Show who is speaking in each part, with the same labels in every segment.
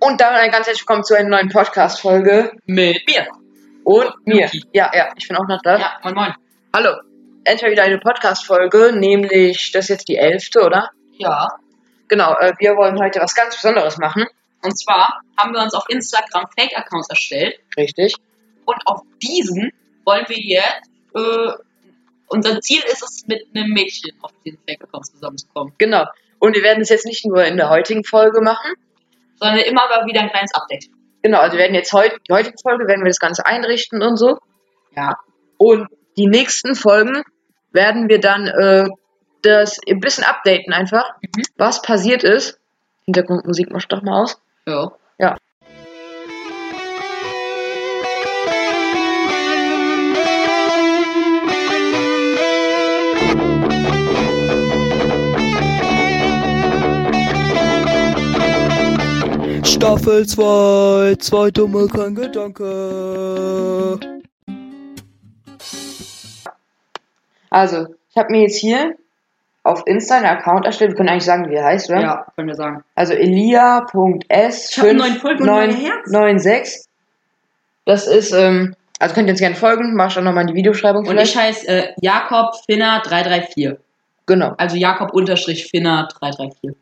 Speaker 1: Und damit ein ganz herzlich willkommen zu einer neuen Podcast-Folge.
Speaker 2: Mit mir.
Speaker 1: Und mir.
Speaker 2: Luki.
Speaker 1: Ja, ja, ich bin auch noch da.
Speaker 2: Ja, moin moin.
Speaker 1: Hallo. Endlich wieder eine Podcast-Folge, nämlich, das ist jetzt die elfte, oder?
Speaker 2: Ja.
Speaker 1: Genau, äh, wir wollen heute was ganz Besonderes machen.
Speaker 2: Und zwar haben wir uns auf Instagram Fake-Accounts erstellt
Speaker 1: Richtig.
Speaker 2: und auf diesen wollen wir jetzt, äh, unser Ziel ist es, mit einem Mädchen auf diesen Fake-Accounts zusammenzukommen.
Speaker 1: Genau. Und wir werden es jetzt nicht nur in der heutigen Folge machen.
Speaker 2: Sondern immer mal wieder ein kleines Update.
Speaker 1: Genau, also wir werden jetzt heute, die heutige Folge werden wir das Ganze einrichten und so.
Speaker 2: Ja.
Speaker 1: Und die nächsten Folgen werden wir dann äh, das ein bisschen updaten einfach,
Speaker 2: Mhm.
Speaker 1: was passiert ist. Hintergrundmusik mach ich doch mal aus.
Speaker 2: Ja.
Speaker 3: Staffel 2, zwei dumme, kein Gedanke.
Speaker 1: Also, ich habe mir jetzt hier auf Insta einen Account erstellt. Wir können eigentlich sagen, wie er heißt, oder?
Speaker 2: Ja, können wir sagen.
Speaker 1: Also elia.s.
Speaker 2: Ich hab einen neuen Folgen- und neue Herzen.
Speaker 1: 96. Das ist, ähm, also könnt ihr uns gerne folgen. Mach ich auch nochmal in die Videoschreibung
Speaker 2: Und ich heiße äh, Jakob Finner 334.
Speaker 1: genau.
Speaker 2: Also Jakob unterstrich Finner 334.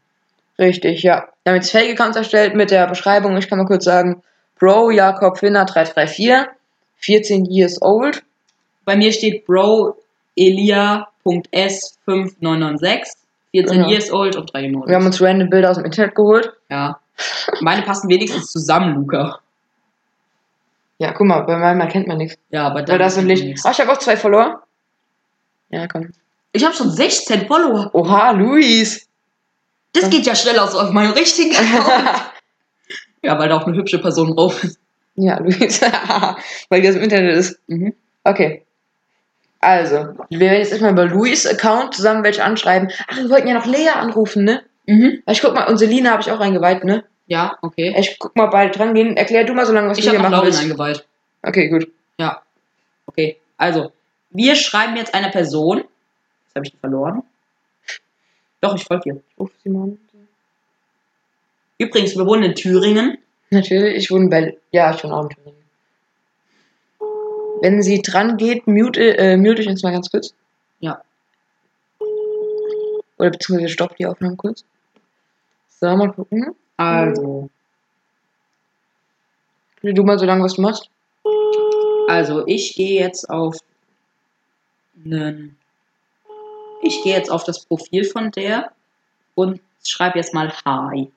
Speaker 1: Richtig, ja. Wir haben jetzt Fake-Accounts erstellt mit der Beschreibung. Ich kann mal kurz sagen, Bro Jakob Finner 334, 14 years old.
Speaker 2: Bei mir steht Bro Elia.s5996, 14
Speaker 1: Genau.
Speaker 2: years old und 3 Minuten.
Speaker 1: Wir haben uns random Bilder aus dem Internet geholt.
Speaker 2: Ja. Meine passen wenigstens zusammen, Luca.
Speaker 1: Ja, guck mal, bei meinem erkennt man nichts.
Speaker 2: Ja, aber
Speaker 1: Weil da ist ein Licht.
Speaker 2: nichts.
Speaker 1: Ah, ich habe auch zwei Follower. Ja, komm.
Speaker 2: Ich habe schon 16 Follower.
Speaker 1: Oha, Luis.
Speaker 2: Das geht ja schneller als auf meinem richtigen Account. ja, weil da auch eine hübsche Person drauf ist.
Speaker 1: ja, Luis. Weil die aus dem Internet ist.
Speaker 2: Mhm.
Speaker 1: Okay. Also, wir werden jetzt erstmal über Luis Account zusammen welche anschreiben. Ach, wir wollten ja noch Lea anrufen, ne?
Speaker 2: Mhm.
Speaker 1: Ich guck mal, und Selina habe ich auch eingeweiht, ne?
Speaker 2: Ja, okay.
Speaker 1: Ich guck mal beide dran gehen. Erklär du mal so lange, was
Speaker 2: Ich
Speaker 1: du
Speaker 2: habe
Speaker 1: hier
Speaker 2: noch
Speaker 1: machen
Speaker 2: Lauren
Speaker 1: willst.
Speaker 2: eingeweiht.
Speaker 1: Okay, gut.
Speaker 2: Ja. Okay. Also, wir schreiben jetzt einer Person. Jetzt habe ich die verloren. Doch, ich folge dir.
Speaker 1: Ruf sie mal an.
Speaker 2: Übrigens, wir wohnen in Thüringen.
Speaker 1: Natürlich, ich wohne bei. Ja, ich wohne auch in Thüringen. Wenn sie dran geht, mute, äh, mute ich uns mal ganz kurz.
Speaker 2: Ja.
Speaker 1: Oder beziehungsweise stopp die Aufnahme kurz. So, mal gucken.
Speaker 2: Also.
Speaker 1: Erklär du mal so lange, was du machst.
Speaker 2: Also, ich gehe jetzt auf einen. Ich gehe jetzt auf das Profil von der und schreibe jetzt mal Hi.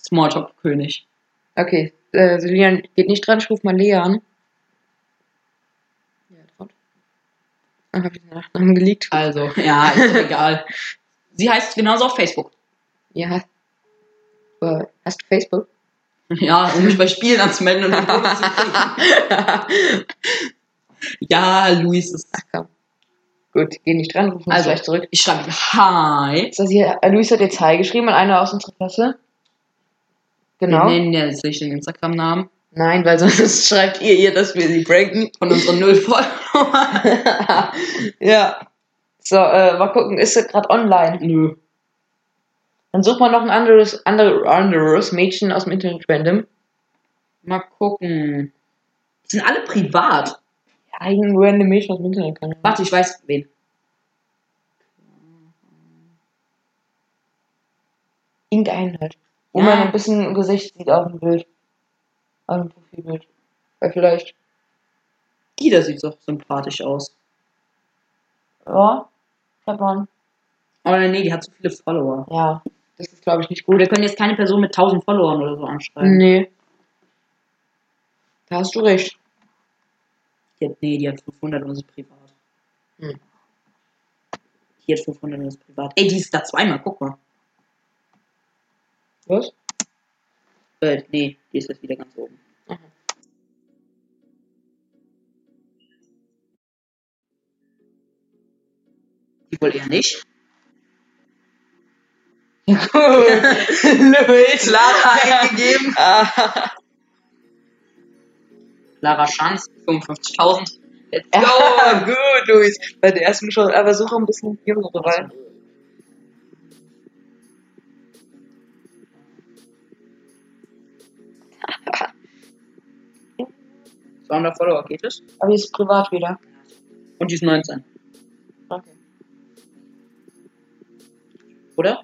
Speaker 2: Smalltalk König.
Speaker 1: Okay, äh, Selina geht nicht dran, ich ruf mal Lea an. Ja, dort. Dann hab ich den Nachnamen geleakt.
Speaker 2: Also, ja, ist doch egal. Sie heißt genauso auf Facebook.
Speaker 1: Ja. Äh, Hast du Facebook?
Speaker 2: Ja, um mich bei Spielen anzumelden und einen Bonus zu kriegen. Ja, Luis ist.
Speaker 1: Ach komm. Gut, geh nicht dran, rufen also.
Speaker 2: Also.
Speaker 1: gleich zurück.
Speaker 2: Ich schreibe Hi.
Speaker 1: Ist das hier, äh, Luis hat jetzt Hi geschrieben und einer aus unserer Klasse. Genau.
Speaker 2: Wir nennen ja jetzt nicht den Instagram-Namen
Speaker 1: Nein, weil sonst schreibt ihr ihr, dass wir sie pranken.
Speaker 2: von unseren null Follower.
Speaker 1: ja. So, äh, mal gucken, ist sie gerade online?
Speaker 2: Nö.
Speaker 1: Dann sucht man noch ein anderes, andere, anderes Mädchen aus dem Internet random.
Speaker 2: Mal gucken. Die sind alle privat.
Speaker 1: Ein random Mädchen aus dem Internet kann.
Speaker 2: Warte, ich weiß wen.
Speaker 1: Irgendeinen halt. Wo
Speaker 2: Ja.
Speaker 1: man ein bisschen Gesicht sieht auf dem Bild. Auf dem Profilbild. Weil vielleicht.
Speaker 2: Die da sieht doch sympathisch aus.
Speaker 1: Ja. Schreibt man.
Speaker 2: Oder nee, die hat zu viele Follower.
Speaker 1: Ja. Das ist, glaube ich, nicht
Speaker 2: Und
Speaker 1: gut.
Speaker 2: wir können jetzt keine Person mit 1000 Followern oder so anschreiben.
Speaker 1: Nee. Da hast du recht.
Speaker 2: Die hat, nee, die hat 500 und ist privat.
Speaker 1: Hm.
Speaker 2: Die hat 500 und ist privat. Ey, die ist da zweimal, guck mal.
Speaker 1: Was?
Speaker 2: Äh, nee, die ist jetzt wieder ganz oben.
Speaker 1: Mhm.
Speaker 2: Die wohl eher nicht.
Speaker 1: Luis.
Speaker 2: Lara eingegeben.
Speaker 1: Ah,
Speaker 2: Lara Schanz, 55.000. Let's go!
Speaker 1: ja, gut, Luis. Bei der ersten schon, aber suche ein bisschen jüngere Wahl.
Speaker 2: 200 Follower geht es.
Speaker 1: Aber die ist privat wieder.
Speaker 2: Und die ist 19,
Speaker 1: Okay.
Speaker 2: oder?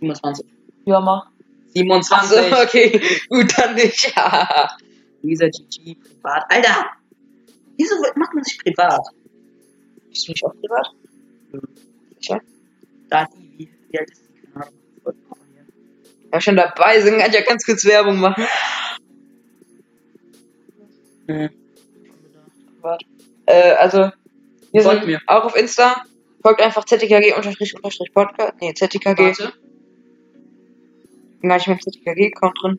Speaker 2: 27.
Speaker 1: Ja, mach.
Speaker 2: 27!
Speaker 1: Ach so, okay. Gut, dann nicht. Ja.
Speaker 2: Lisa GG privat. Alter! Wieso macht man sich privat?
Speaker 1: Bist du nicht auch privat?
Speaker 2: Da die, halt wie, wie alt ist die? Keine Ahnung. Voll Power hier.
Speaker 1: Ja, schon dabei sind, kann ich ja ganz kurz Werbung machen. Äh, also, wir
Speaker 2: Folgt
Speaker 1: sind
Speaker 2: mir.
Speaker 1: auch auf Insta. Folgt einfach ZTKG-Podcast. Nee, ZTKG.
Speaker 2: Warte.
Speaker 1: Bin gar nicht mehr im ZTKG-Account drin.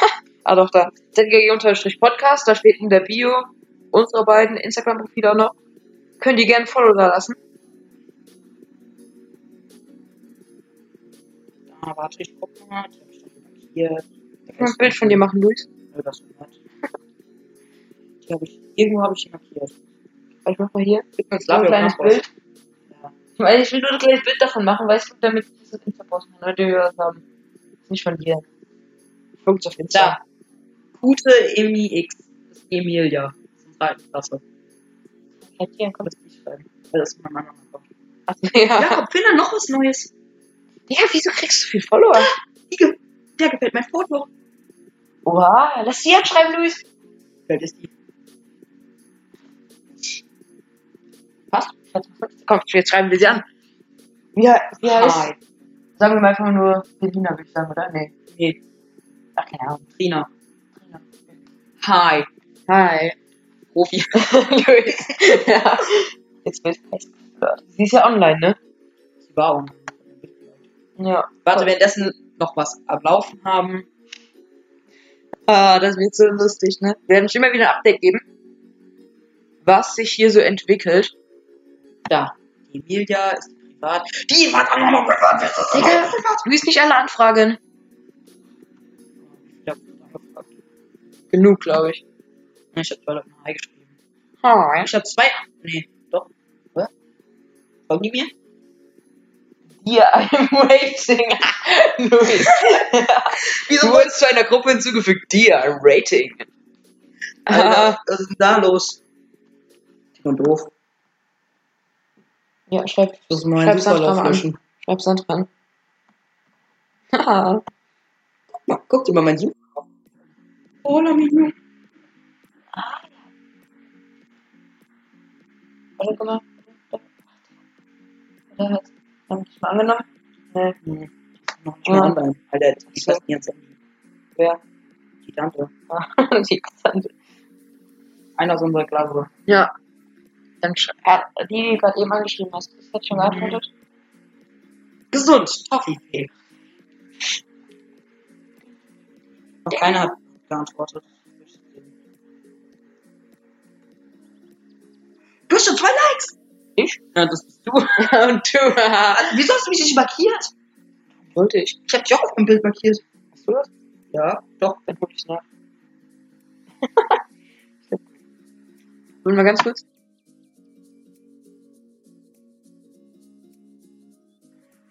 Speaker 1: Ha, ah, doch, da. ZTKG-Podcast. Da steht in der Bio unsere beiden Instagram-Profile auch noch. Könnt ihr gerne ein Follow da lassen.
Speaker 2: Ah, warte, ich guck mal. Die hab ich doch markiert.
Speaker 1: Ich kann ein Bild von dir machen, Luis.
Speaker 2: Äh, das ist nett. Die hab ich, irgendwo habe ich die markiert.
Speaker 1: Ich mach mal hier.
Speaker 2: Gib mir jetzt
Speaker 1: So ein
Speaker 2: Label
Speaker 1: kleines
Speaker 2: und mach was.
Speaker 1: Bild. Ich meine, ich will nur ein kleines Bild davon machen, weißt du, damit ich das auf Insta posten kann, Leute, die das haben. Ist nicht von dir. Folgt auf Insta.
Speaker 2: Da. Gute Emi X. Das ist Emilia. Das ist eine Klasse.
Speaker 1: Hättchen, komm.
Speaker 2: Das ist ich schreiben. Weil Das ist mein Mann.
Speaker 1: Ach, ja.
Speaker 2: Jakob, finde noch was Neues.
Speaker 1: Digga, wieso kriegst du viel Follower?
Speaker 2: Die ge der gefällt mein Foto.
Speaker 1: Oha, lass sie anschreiben, Luis.
Speaker 2: Gefällt ist die.
Speaker 1: Was? Komm, jetzt schreiben wir sie an. Wie, he- wie heißt?
Speaker 2: Hi.
Speaker 1: Sagen wir mal einfach nur Berliner, würde ich sagen, oder? Nee.
Speaker 2: Nee,
Speaker 1: Ach, keine Ahnung.
Speaker 2: Trina. Hi.
Speaker 1: Hi.
Speaker 2: Profi.
Speaker 1: Luis. ja. Jetzt wird es Sie ist ja online, ne?
Speaker 2: Sie war online.
Speaker 1: Ja.
Speaker 2: Warte, währenddessen noch was am Laufen haben.
Speaker 1: Ah, das wird so lustig, ne? Wir werden schon immer wieder ein Update geben, was sich hier so entwickelt.
Speaker 2: Da. Die Emilia ist privat.
Speaker 1: Die war dann noch privat. Digga, Luis nicht alle Anfragen.
Speaker 2: Ich habe angefragt.
Speaker 1: Genug, glaube ich.
Speaker 2: Ich habe zwei Leute mal Hi geschrieben.
Speaker 1: Hi.
Speaker 2: Ich habe zwei. Nee, doch. Was? Folgen die mir?
Speaker 1: Yeah, I'm rating. Luis.
Speaker 2: Wieso?
Speaker 1: Du wurdest zu einer Gruppe hinzugefügt. Dir, I'm rating. Ah.
Speaker 2: Alter, was ist denn da los? Ich bin doof.
Speaker 1: ja, schreib,
Speaker 2: Das ist mein
Speaker 1: Schreib's
Speaker 2: Superlauf
Speaker 1: einfach mal an.
Speaker 2: löschen.
Speaker 1: schreib Sandra an. Haha.
Speaker 2: Guck mal, Guck dir mal mein Superlauf Oh, lass mich nur.
Speaker 1: Warte, guck mal. Oder hat er mich mal angenommen? Nee.
Speaker 2: Nee, noch nicht mal
Speaker 1: Ah.
Speaker 2: online. Alter, die
Speaker 1: Ach so.
Speaker 2: fassen jetzt Handy.
Speaker 1: Wer?
Speaker 2: Die Tante.
Speaker 1: Die Kassandra.
Speaker 2: Einer aus unserer Klasse.
Speaker 1: Ja. Dann sch- ah, die, die du gerade eben angeschrieben hast, ist das schon
Speaker 2: Mhm.
Speaker 1: geantwortet?
Speaker 2: Gesund, Toffifee. Noch keiner hat geantwortet. Du hast schon zwei Likes!
Speaker 1: Ich?
Speaker 2: Ja, das bist du.
Speaker 1: Und du.
Speaker 2: Wieso hast du mich nicht markiert?
Speaker 1: Wollte ich.
Speaker 2: Ich hab dich auch auf dem Bild markiert.
Speaker 1: Hast du das?
Speaker 2: Ja, doch.
Speaker 1: Dann guck ich's nach. Wollen wir ganz kurz?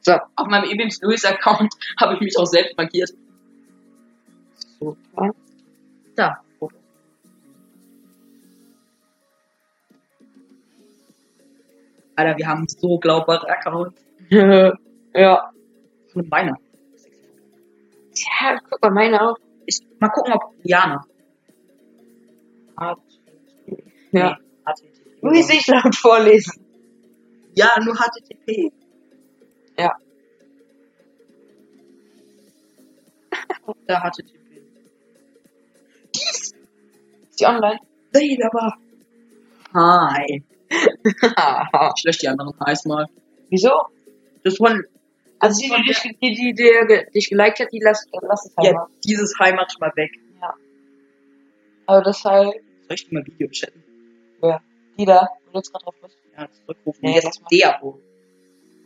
Speaker 1: So.
Speaker 2: Auf meinem Evans Lewis Account habe ich mich auch selbst markiert.
Speaker 1: so.
Speaker 2: Da. Alter, wir haben so glaubbare Accounts.
Speaker 1: ja.
Speaker 2: Und meiner.
Speaker 1: Tja, guck mal, meine auch.
Speaker 2: Ich, mal gucken, ob Jana. Hat.
Speaker 1: Ja.
Speaker 2: Nee, HTTP.
Speaker 1: Luis nicht laut vorlesen.
Speaker 2: Ja, nur HTTP.
Speaker 1: Ja.
Speaker 2: da HTTP.
Speaker 1: Ist die online?
Speaker 2: Hey, da war. Hi.
Speaker 1: Haha.
Speaker 2: Ich lösche die anderen Highs mal.
Speaker 1: Wieso?
Speaker 2: Das waren
Speaker 1: Also die, die, dich- die, die, dir ge- dich geliked hat, die lass, äh, lass es halt
Speaker 2: ja,
Speaker 1: mal.
Speaker 2: dieses High mach ich mal weg.
Speaker 1: Also das halt,
Speaker 2: Soll ich dir mal Video chatten?
Speaker 1: die da, wo du jetzt gerade drauf bist.
Speaker 2: Ja, zurückrufen.
Speaker 1: Nee,
Speaker 2: jetzt
Speaker 1: lass mal.
Speaker 2: der wo.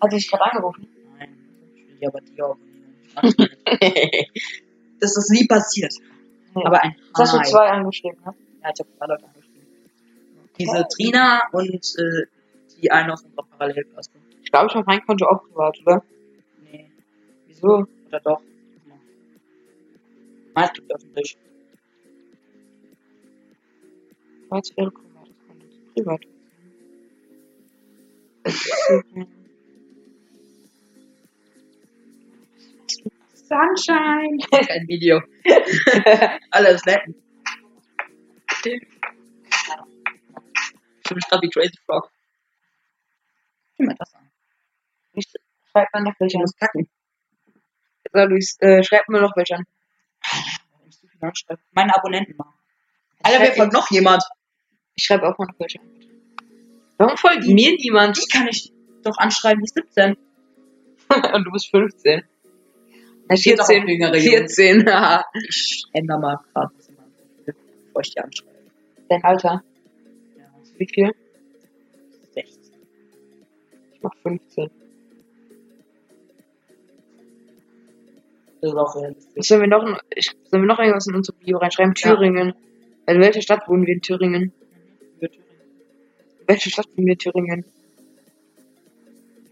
Speaker 1: Hat die dich gerade angerufen?
Speaker 2: Nein, ich will dir aber die abonnieren. das ist nie passiert. Aber ein
Speaker 1: das hast du
Speaker 2: Hi.
Speaker 1: zwei angeschrieben, ne?
Speaker 2: Ja, ich hab zwei Leute angeschrieben. Diese Trina und äh, die eine aus unserer Parallelklasse.
Speaker 1: Ich glaube, ich habe mein Konto auch privat, oder?
Speaker 2: Nee.
Speaker 1: Wieso?
Speaker 2: Oder doch? Ja. Meist liegt öffentlich.
Speaker 4: Was für ihre private Konto? Privat. Das ist so ein- Sunshine!
Speaker 2: Kein Video. Alles Latin. Ich bin gerade wie Crazy Frog. Schau mal das an.
Speaker 4: Ich schreib mal noch welche an.
Speaker 2: kacken.
Speaker 4: So, Luis, äh, schreib mir noch welche an.
Speaker 2: Ich suche noch Schrift. Meine Abonnenten machen. Alter, wir
Speaker 4: Schreib-
Speaker 2: folgt noch jemand.
Speaker 4: Ich schreibe auch mal noch welche an.
Speaker 1: Warum folgt mir niemand?
Speaker 2: Die kann ich doch anschreiben, die ist 17.
Speaker 1: Und du bist 15.
Speaker 4: Na,
Speaker 2: Geht doch
Speaker 4: 14.
Speaker 2: auf jüngere Jungs.
Speaker 1: 14, haha.
Speaker 2: Ich ändere mal gerade was in meinem Profil, bevor ich die anschreibe.
Speaker 4: Dein Alter.
Speaker 2: Ja,
Speaker 4: Wie viel?
Speaker 2: 16.
Speaker 4: Ich mach 15.
Speaker 2: Das ist auch realistisch.
Speaker 4: Sollen wir noch, ein- ich, sollen wir noch irgendwas in unsere Bio reinschreiben? Thüringen. In welcher Stadt wohnen wir in Thüringen? In welcher Stadt wohnen wir in Thüringen?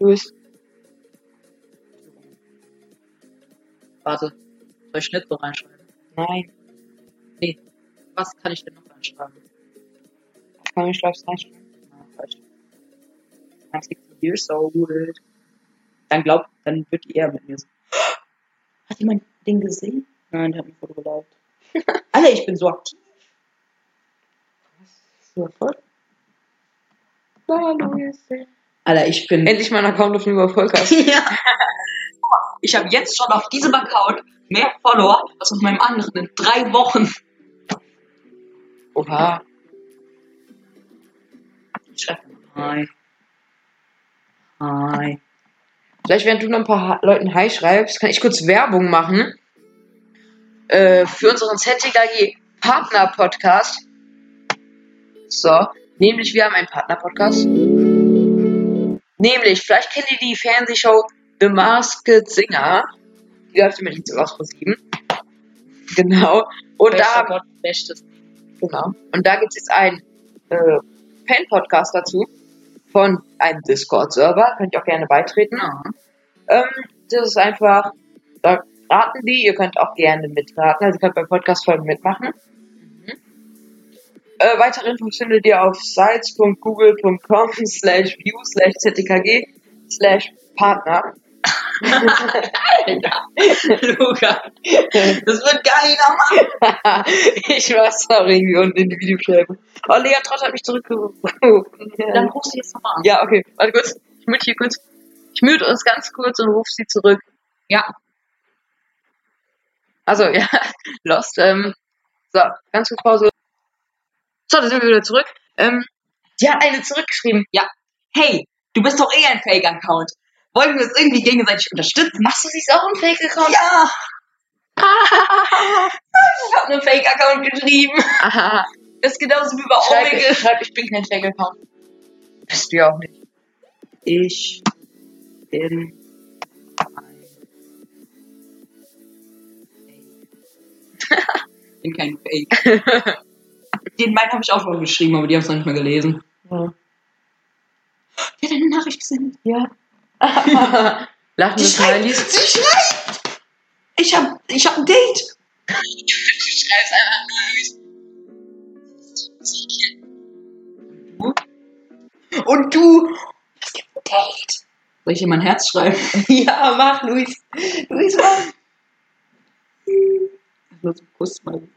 Speaker 4: Luis,
Speaker 2: Warte, soll ich nicht so reinschreiben?
Speaker 4: nein.
Speaker 2: Was kann ich denn noch reinschreiben?
Speaker 4: Das kann ich gleich reinschreiben.
Speaker 2: Ah, falsch. I'm 60 years old. Dann glaubt, dann wird die eher mit mir so. Hat jemand den gesehen? Nein, der hat mir ein Foto geliked. Alle, ich bin so aktiv.
Speaker 4: So, voll. Ja, Luis.
Speaker 2: Alter, ich bin.
Speaker 1: Endlich mein Account auf dem Überfolgers.
Speaker 2: ja. Ich habe jetzt schon auf diesem Account mehr Follower als auf meinem anderen in drei Wochen.
Speaker 1: Oha.
Speaker 2: Ich schreibe Hi. Hi.
Speaker 1: Vielleicht, während du noch ein paar Ha- Leuten Hi schreibst, kann ich kurz Werbung machen. Äh, für unseren ZTKG Partner Podcast. So, nämlich wir haben einen Partner Podcast. Nämlich, vielleicht kennt ihr die Fernsehshow The Masked Singer. Die läuft immer nicht so aus von sieben. Genau. Und da haben
Speaker 2: Gott, bestes.
Speaker 1: Genau. Und da gibt es jetzt einen äh, Fan-Podcast dazu von einem Discord-Server. Könnt ihr auch gerne beitreten. Ähm, das ist einfach, da raten die, ihr könnt auch gerne mitraten. Also ihr könnt bei Podcast-Folgen mitmachen. Äh, weitere Infos findet ihr auf sites.google.com slash view slash ztkg slash partner.
Speaker 2: Luca, das wird geiler, Mann.
Speaker 1: ich war sorry, wie unten in die Videoschreiben. Oh, Lea Trott hat mich zurückgerufen.
Speaker 2: Dann rufst du jetzt nochmal an.
Speaker 1: Ja, okay. Warte kurz. Ich mute hier kurz. Ich mute uns ganz kurz und ruf sie zurück.
Speaker 2: Ja.
Speaker 1: Also, ja. Lost. Ähm, so, ganz kurz Pause. So, da sind wir wieder zurück. Ähm, die hat eine zurückgeschrieben.
Speaker 2: Hey, du bist doch eh ein Fake-Account. Wollen wir uns irgendwie gegenseitig unterstützen?
Speaker 1: Machst du sie auch einen Fake-Account?
Speaker 2: Ja! ich hab einen Fake-Account geschrieben.
Speaker 1: Aha.
Speaker 2: Das ist genauso wie bei
Speaker 1: Schreib,
Speaker 2: Omega.
Speaker 1: schreib, ich bin kein Fake-Account. Bist du ja auch nicht.
Speaker 2: Ich bin. Ich bin kein Fake. Den meinen habe ich auch schon geschrieben, aber die haben es noch nicht mal gelesen.
Speaker 1: Ja.
Speaker 2: Die hat eine Nachricht gesendet.
Speaker 1: Lachende
Speaker 2: Die schreibt,
Speaker 1: Smileys.
Speaker 2: sie schreibt! Ich hab, ich hab ein Date! Und du? Es gibt ein Date! Soll ich dir mein Herz schreiben?
Speaker 1: Ja, mach, Luis. Luis, mach.
Speaker 2: Nur so ein Kuss, mein.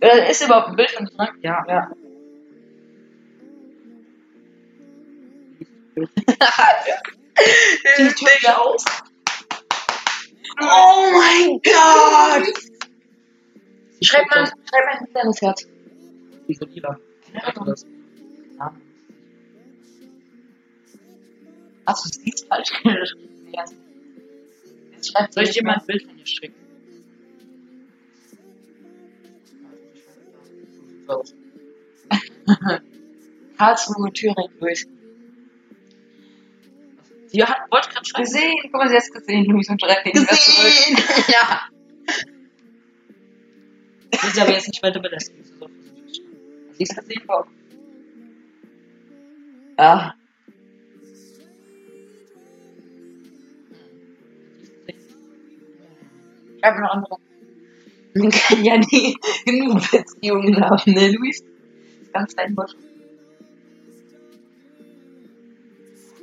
Speaker 1: Äh, Ist überhaupt ein Bild von dran?
Speaker 2: Ja.
Speaker 1: Ja.
Speaker 2: Die Tür wieder auf. Oh mein Gott!
Speaker 1: Schreib mal, schreib mal hinter das Herz.
Speaker 2: Wieso lila? Also
Speaker 1: Achso, sie ist falsch geschrieben. Ja. Jetzt schreibt
Speaker 2: Soll ich
Speaker 1: sie
Speaker 2: dir mal ein Bild von dir schicken?
Speaker 1: Karlsruhe, Thüringen durch.
Speaker 2: Die hat, wollte gerade schreiben.
Speaker 1: Gesehen, guck mal, sie hat's gesehen, Luis und Schreck. ja.
Speaker 2: Das ist aber jetzt nicht weiter belästigt. Das ist auch nicht schlimm. Hast du es gesehen?
Speaker 1: Ah. Ja. Ich habe noch andere. Man kann ja nie genug Beziehungen haben, ne, Luis? Ganz dein Wort.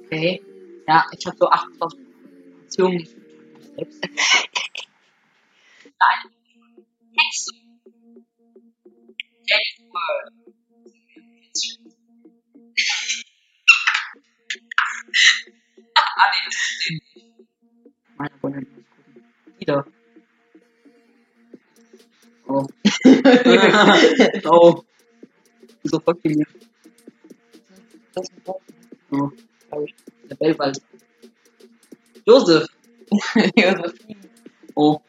Speaker 2: Okay. Ja, ich habe so 8000 Beziehungen. die ich mit mir selbst- Meine Abonnenten muss gucken. Die da. Oh. oh. So folgt die mir.
Speaker 1: Das ist doch-
Speaker 2: Oh. Glaub ich. Der Bellwald. Josef.
Speaker 1: Ja, das-
Speaker 2: Oh.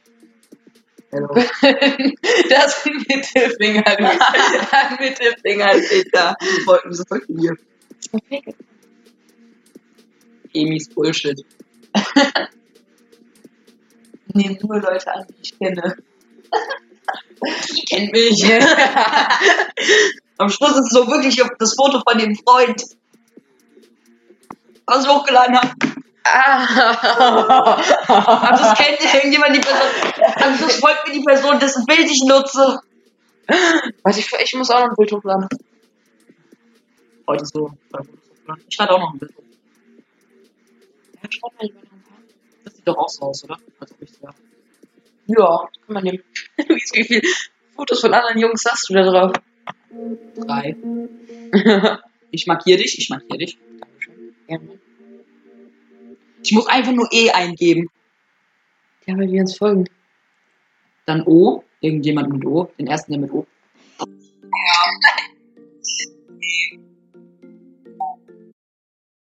Speaker 2: Hallo.
Speaker 1: Das ist ein Mittelfinger, Luis. Ein Mittelfinger steht da.
Speaker 2: Folgt mir, so folgt die mir. Emis Bullshit.
Speaker 1: Nehmen nur Leute an, die ich kenne.
Speaker 2: Die kennt mich. Am Schluss ist so wirklich das Foto von dem Freund. Was ich hochgeladen habe.
Speaker 1: Ah.
Speaker 2: Am Schluss kennt irgendjemand die Person. Am Schluss folgt mir die Person, dessen Bild ich nutze.
Speaker 1: Warte, Also ich, ich muss auch noch ein Bild hochladen.
Speaker 2: Heute so. Ich hatte auch noch ein Bild.
Speaker 1: Ja, schreib mal lieber noch ein paar.
Speaker 2: Das sieht doch auch so aus, oder? Also, ich, ja.
Speaker 1: Ja, kann man nehmen. Luis, wie viele Fotos von anderen Jungs hast du da drauf?
Speaker 2: Drei. ich markiere dich, ich markiere dich.
Speaker 1: Ja,
Speaker 2: Ich muss einfach nur E eingeben.
Speaker 1: ja weil wir uns folgen.
Speaker 2: Dann O, irgendjemand mit O, den ersten, der mit O.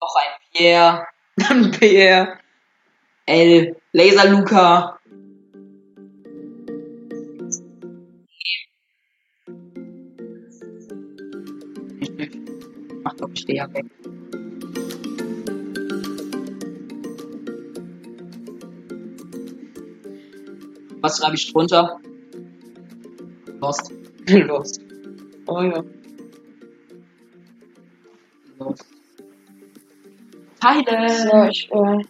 Speaker 2: Auch ein Pierre,
Speaker 1: Dann PR.
Speaker 2: L, Laser Luca. Mach doch, ich stehe ja weg. Was schreibe ich drunter? Lost.
Speaker 1: Los. Oh ja.
Speaker 2: Los. Teile!
Speaker 1: So, ich, äh,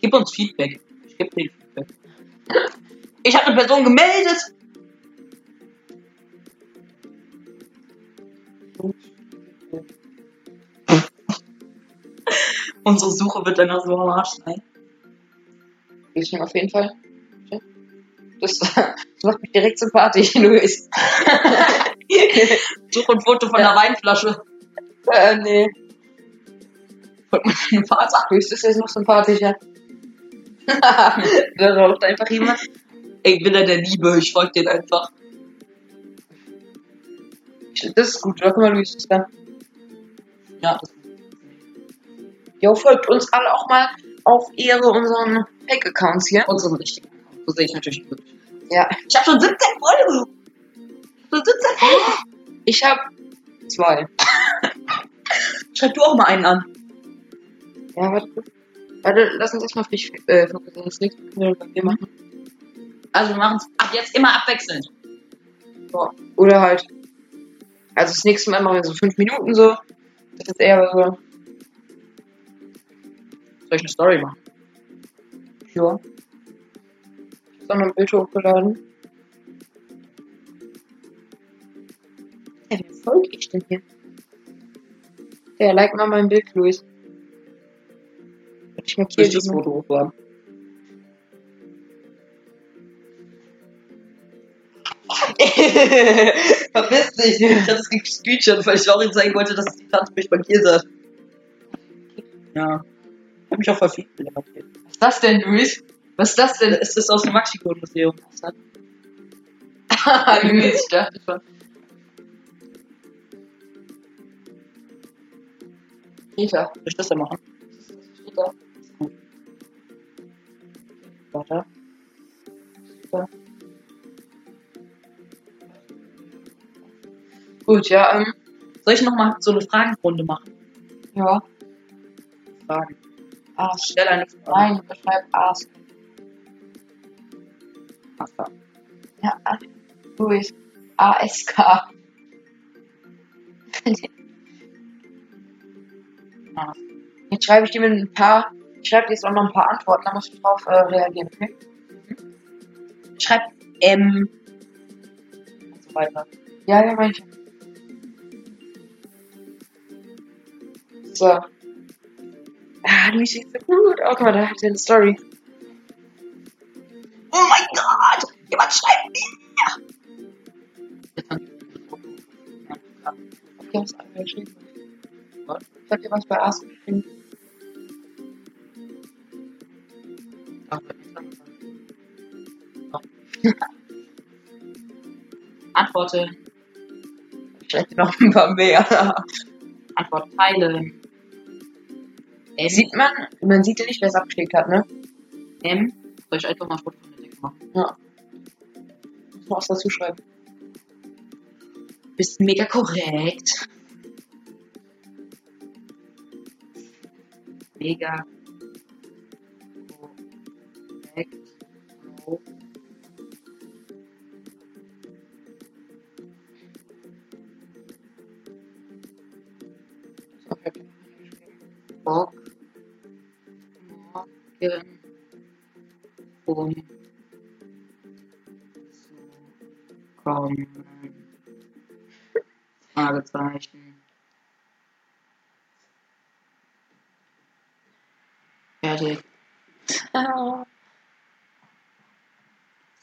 Speaker 2: Gib uns Feedback. Ich gebe dir Feedback. Ich habe eine Person gemeldet. Unsere Suche wird danach so am Arsch sein.
Speaker 1: ich nehme auf jeden Fall. Ja. Das, das macht mich direkt sympathisch, Luis.
Speaker 2: Suche ein Foto von
Speaker 1: Ja.
Speaker 2: einer Weinflasche.
Speaker 1: äh, nee.
Speaker 2: Ein Vater.
Speaker 1: Luis ist jetzt noch sympathischer. da raucht einfach jemand.
Speaker 2: Ey, Villa der Liebe. Ich folge den einfach.
Speaker 1: Das ist gut, oder? Guck mal, Luis ist da.
Speaker 2: Ja, das
Speaker 1: Jo, folgt uns alle auch mal auf Ehre unseren Fake-Accounts hier.
Speaker 2: unseren richtigen. So sehe ich natürlich wirklich.
Speaker 1: Ja.
Speaker 2: Ich habe schon 17 Folgen. Schon 17 Folgen.
Speaker 1: Ich hab zwei.
Speaker 2: Schreib du auch mal einen an.
Speaker 1: Ja, warte. Warte, lass uns erstmal auf dich äh, fokussieren. Das nächste können wir bei dir machen.
Speaker 2: Also wir machen es ab jetzt immer abwechselnd.
Speaker 1: Oder halt. Also das nächste Mal machen wir so fünf Minuten so. Das ist eher so.
Speaker 2: Soll ich eine Story machen?
Speaker 1: Ja. Ich hab auch noch ein Bild hochgeladen. Ja, wer folge ich denn hier? Ja, like mal mein Bild, Luis. Ich
Speaker 2: Soll
Speaker 1: markiere
Speaker 2: ich das
Speaker 1: diesen.
Speaker 2: Foto hochladen? Verpiss dich! Ich hab das gescreenshot, weil ich Laurin zeigen wollte, dass die Tante mich markiert hat. Ja. Ich hab mich auch verfehlt mit der markiert.
Speaker 1: Was ist das denn, Luis? Was ist das
Speaker 2: Dann
Speaker 1: denn?
Speaker 2: ist das aus dem Maxikon-Museum.
Speaker 1: Ah, Luis, ich dachte schon. Peter.
Speaker 2: Soll ich das dann machen?
Speaker 1: Peter.
Speaker 2: Warte.
Speaker 1: Gut, ja, ähm,
Speaker 2: Soll ich nochmal so eine Fragenrunde machen?
Speaker 1: ja.
Speaker 2: Fragen.
Speaker 1: Ask.
Speaker 2: Stell eine Frage.
Speaker 1: Nein, schreib Ask.
Speaker 2: Nein.
Speaker 1: Ja, Ask. Luis. A-S-K. Jetzt schreibe ich dir mit ein paar. Ich Ich schreibe dir jetzt auch noch ein paar Antworten, da musst du drauf äh, reagieren, okay?
Speaker 2: Schreib
Speaker 1: ähm,
Speaker 2: M.
Speaker 1: Und
Speaker 2: Also
Speaker 1: so weiter. Ja, ja, manche. So. Ah, Luis sieht so gut aus. Guck mal, da hat er eine Story. Oh mein Gott! Jemand schreibt mir! Ich hab's alle geschrieben.
Speaker 2: Was?
Speaker 1: Ich hab dir was bei Ask geschrieben.
Speaker 2: Antworte,
Speaker 1: Vielleicht noch ein paar mehr.
Speaker 2: Antwort teilen. M,
Speaker 1: Sieht man, man sieht ja nicht, wer es abgeschickt hat, ne?
Speaker 2: M. Soll ich einfach mal ein Foto von der Decke machen?
Speaker 1: Muss man was dazu schreiben.
Speaker 2: Bist mega korrekt. Mega korrekt. Oh. Bock morgen um zu kommen. Fragezeichen. Fertig.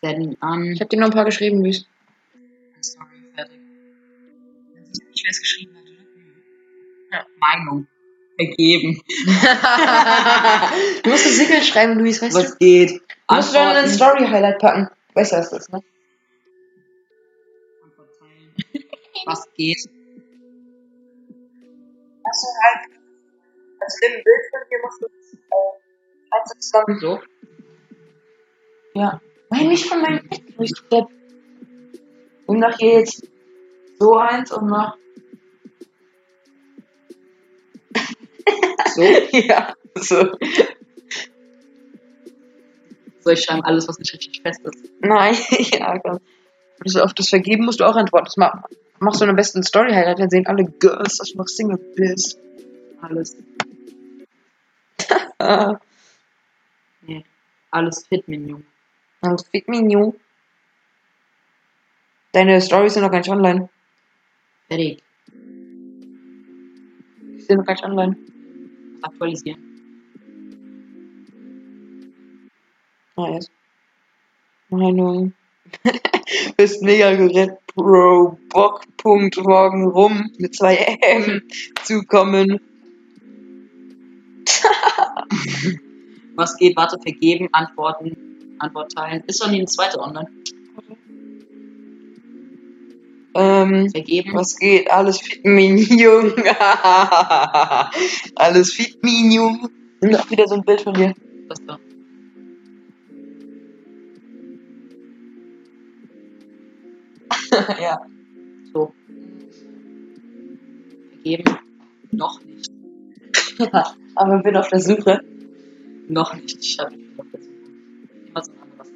Speaker 2: Senden an.
Speaker 1: Ich hab dir noch ein paar geschrieben, Luis.
Speaker 2: Sorry, fertig. Ich wer es geschrieben hat, oder? Ja. Meinung. Ergeben.
Speaker 1: du musst das Siegel schreiben, Luis, weißt du?
Speaker 2: Was geht?
Speaker 1: Du musst dann ein
Speaker 2: Antworten.
Speaker 1: Story-Highlight packen. Weißt du, was das ist, ne?
Speaker 2: Was geht?
Speaker 1: Hast du halt, also nimm ein Bild von dir, musst du das, äh, also zusammen.
Speaker 2: So.
Speaker 1: Ja. Nein, nicht von meinem Bett, Luis, du Depp. Nimm doch hier jetzt so eins und mach.
Speaker 2: So.
Speaker 1: ja, so.
Speaker 2: Soll ich schreiben alles, was nicht richtig fest ist?
Speaker 1: Nein, ja, komm. Also auf das Vergeben musst du auch antworten. Das ma- machst du am besten Story-Highlight, dann sehen alle Girls, dass du noch Single bist.
Speaker 2: Alles.
Speaker 1: Ah,
Speaker 2: Alles fit, Minion.
Speaker 1: alles fit Mignon. Deine Stories sind noch gar nicht online.
Speaker 2: Fertig.
Speaker 1: Die sind noch gar nicht online.
Speaker 2: Aktualisieren.
Speaker 1: Nice. Meinung. Bist mega gerät, Bro. Bock, Punkt, morgen rum mit zwei M zukommen.
Speaker 2: Was geht? Warte, vergeben, antworten, Antwort teilen. Ist doch nie eine zweite online.
Speaker 1: Ähm,
Speaker 2: Vergeben.
Speaker 1: was geht? Alles fit, mein Jung. Alles fit, mein Jung. Nimm doch wieder so ein Bild von dir.
Speaker 2: Das da.
Speaker 1: ja.
Speaker 2: So. Vergeben. Noch nicht.
Speaker 1: Aber bin auf der Suche.
Speaker 2: Noch nicht. Ich habe nicht auf der Suche. Immer so ein anderes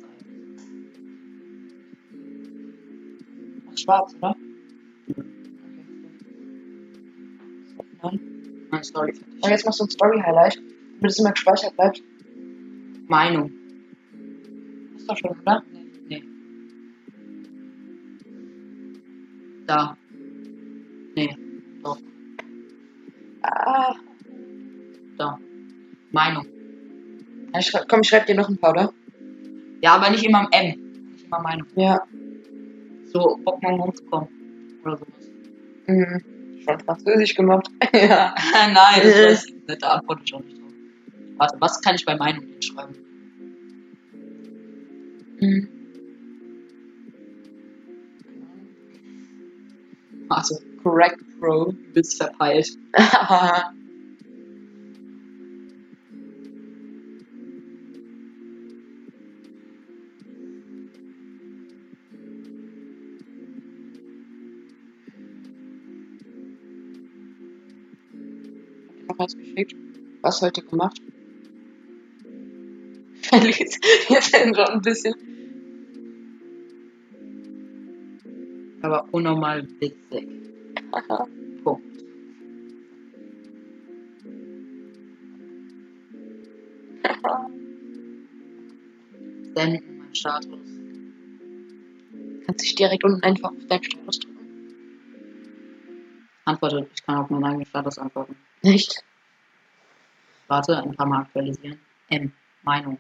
Speaker 2: Teil.
Speaker 1: Schwarz, oder?
Speaker 2: Nein, Ah, sorry.
Speaker 1: Und jetzt machst du ein Story-Highlight, damit es immer gespeichert bleibt.
Speaker 2: Meinung.
Speaker 1: Ist doch schon, oder?
Speaker 2: Nee. Da. Nee.
Speaker 1: Ah.
Speaker 2: Da. Meinung.
Speaker 1: Ja, ich, schrei- komm, ich schreib dir noch ein paar, oder?
Speaker 2: Ja, aber nicht immer am M. Nicht immer Meinung.
Speaker 1: Ja.
Speaker 2: So, Bock mal rumzukommen. Oder sowas.
Speaker 1: Mhm. Schon französisch gemacht. ja.
Speaker 2: Nein, das weiß ich nicht. Da antworte ich auch nicht drauf. Warte, was kann ich bei Meinung hinschreiben?
Speaker 1: Mhm.
Speaker 2: Also, correct, Bro. Du bist verpeilt.
Speaker 1: noch was geschickt. Was heute gemacht? Verlies. Jetzt sind schon ein bisschen.
Speaker 2: Aber unnormal witzig. senden, mein Status.
Speaker 1: Kannst dich direkt unten einfach auf deinen Status drücken.
Speaker 2: Antworte, ich kann auf meinen eigenen Status antworten.
Speaker 1: Nicht?
Speaker 2: Warte, ein paar Mal aktualisieren. M. Meinung.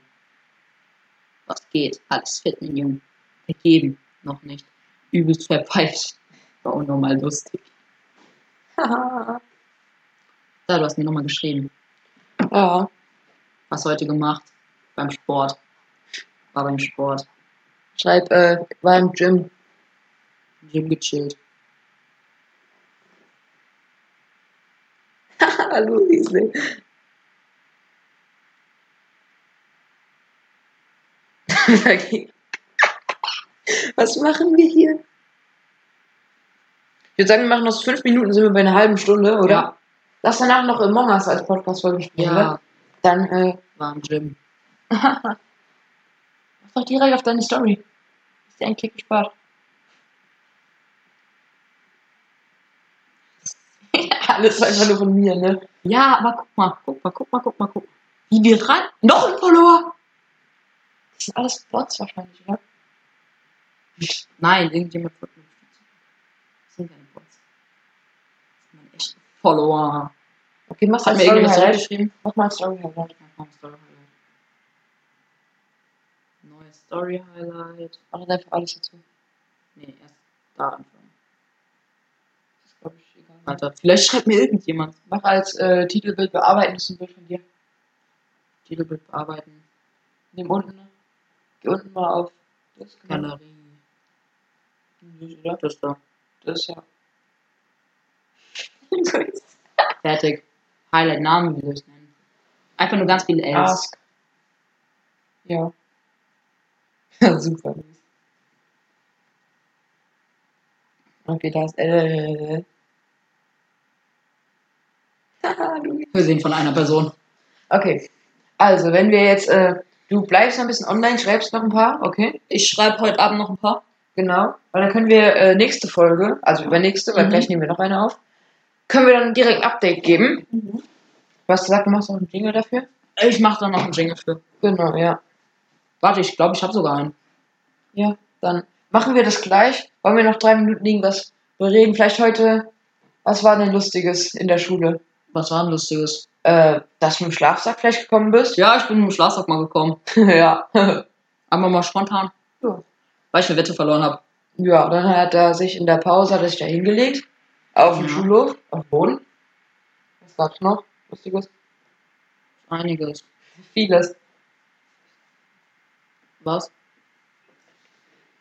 Speaker 2: Was geht? Alles fit, mein Junge. Vergeben. Noch nicht. Übelst verpeilt. War unnormal lustig.
Speaker 1: ja.
Speaker 2: Da, du hast mir nochmal geschrieben. Was heute gemacht? Beim Sport. War beim Sport.
Speaker 1: Schreib, äh, war im Gym.
Speaker 2: Gym gechillt.
Speaker 1: Haha, Luise. Was machen wir hier?
Speaker 5: Ich würde sagen, wir machen noch so fünf Minuten, sind wir bei einer halben Stunde, oder?
Speaker 2: Ja,
Speaker 5: Lass danach noch Among Us als Podcast-Folge spielen, oder?
Speaker 2: ja,
Speaker 5: Dann, äh,
Speaker 2: war im Gym.
Speaker 1: Mach doch direkt auf deine Story. Ist dir ein Klick gespart.
Speaker 5: alles einfach nur von mir, ne?
Speaker 2: Ja, aber guck mal, guck mal, guck mal, guck mal, guck mal. Wie wir ran. Noch ein Follower!
Speaker 1: Das sind alles Bots wahrscheinlich, oder?
Speaker 2: Nein, irgendjemand folgt mir. Das sind keine Bots. Das sind meine echten Follower.
Speaker 1: Okay, mach mal
Speaker 2: Hat mir
Speaker 1: Story
Speaker 2: irgendjemand
Speaker 1: Highlight.
Speaker 2: zurückgeschrieben?
Speaker 1: Mach mal ein Story halt, Highlight.
Speaker 2: Mal vom Story Highlight. Neues Story Highlight.
Speaker 1: Mach jetzt einfach alles dazu.
Speaker 2: Nee, erst da anfangen.
Speaker 1: Das ist, glaube ich, egal.
Speaker 2: Warte, vielleicht schreibt mir irgendjemand.
Speaker 1: Mach als äh, Titelbild bearbeiten, das ist ein Bild von dir.
Speaker 2: Titelbild bearbeiten.
Speaker 1: Nimm unten. ne? Geh unten mal auf. Das Hm, kann man
Speaker 2: Galerie.
Speaker 1: nicht, oder?
Speaker 2: Das da.
Speaker 1: Das ist ja.
Speaker 2: Fertig. Highlight Namen, wie soll ich nennen? Einfach nur ganz viele Ls.
Speaker 1: Ask. Ja. Ja, Super. Okay, da ist äh, L. Haha, du.
Speaker 2: Wir sehen von einer Person.
Speaker 1: Okay. Also, wenn wir jetzt, äh, du bleibst noch ein bisschen online, schreibst noch ein paar, okay?
Speaker 2: Ich schreibe heute Abend noch ein paar.
Speaker 1: Genau. Weil dann können wir äh, nächste Folge, also übernächste, weil
Speaker 2: Mhm.
Speaker 1: gleich nehmen wir noch eine auf, können wir dann direkt ein Update geben.
Speaker 2: Mhm.
Speaker 1: Du hast gesagt, du machst noch einen Jingle dafür?
Speaker 2: Ich mache da noch einen Jingle für.
Speaker 1: Genau, ja.
Speaker 2: Warte, ich glaube, ich habe sogar einen.
Speaker 1: Ja, dann machen wir das gleich. Wollen wir noch drei Minuten liegen, was wir reden? Vielleicht heute, was war denn Lustiges in der Schule?
Speaker 2: Was war denn lustiges?
Speaker 1: Äh, dass du im Schlafsack vielleicht gekommen bist?
Speaker 2: Ja, ich bin im Schlafsack mal gekommen.
Speaker 1: ja.
Speaker 2: Einmal mal spontan.
Speaker 1: Ja.
Speaker 2: Weil ich eine Wette verloren habe.
Speaker 1: ja, dann hat er sich in der Pause, hat er sich da hingelegt. Auf dem
Speaker 2: Ja.
Speaker 1: Schulhof, auf dem Boden. Was gab's noch? Lustiges?
Speaker 2: Einiges.
Speaker 1: Vieles.
Speaker 2: Was?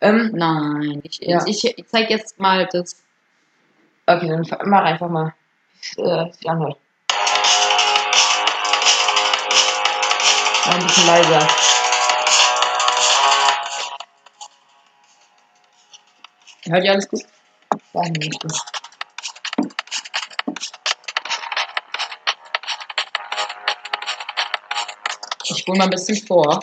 Speaker 1: Ähm,
Speaker 2: Nein. Ich,
Speaker 1: Ja.
Speaker 2: ich, ich zeig jetzt mal das.
Speaker 1: okay, dann fa- mach einfach mal. Äh, sich anhört. Ein bisschen leiser.
Speaker 2: Hört ihr alles gut?
Speaker 1: Weiß nicht.
Speaker 2: Ich hole mal ein bisschen vor.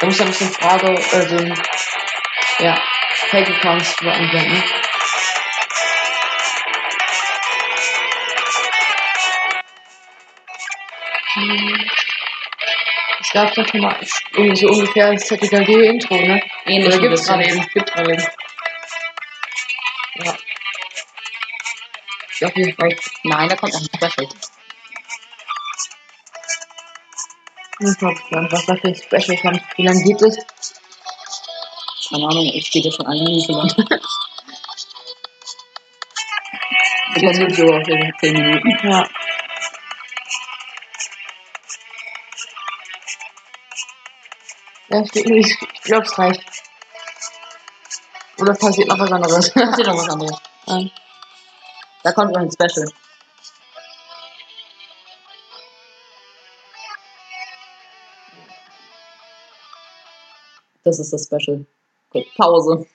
Speaker 1: Da muss ein bisschen Frage, äh, so ein, ja, Fake-Accounts beantworten. Hm. Es gab doch schon mal irgendwie so ungefähr das ZKG-Intro, ne?
Speaker 2: Ähnlich
Speaker 1: Oder
Speaker 2: wie
Speaker 1: gibt's
Speaker 2: das
Speaker 1: gerade
Speaker 2: hier.
Speaker 1: eben, gibt's gerade eben. Ja.
Speaker 2: Ja, auf jeden Fall. Nein, da kommt noch ein Special.
Speaker 1: Ich bin mal gespannt, Hm, was da für ein Special kommt. Wie lange geht es?
Speaker 2: Keine Ahnung, ich stehe schon eine Minute lang. Jetzt sind so auf jeden Fall 10 Minuten.
Speaker 1: Ja. Ja, ich, ich, ich glaube, es reicht. Oder passiert noch was anderes.
Speaker 2: Das ist noch was anderes.
Speaker 1: Ähm,
Speaker 2: Da kommt noch ein Special. Das ist das Special. Gut, Pause.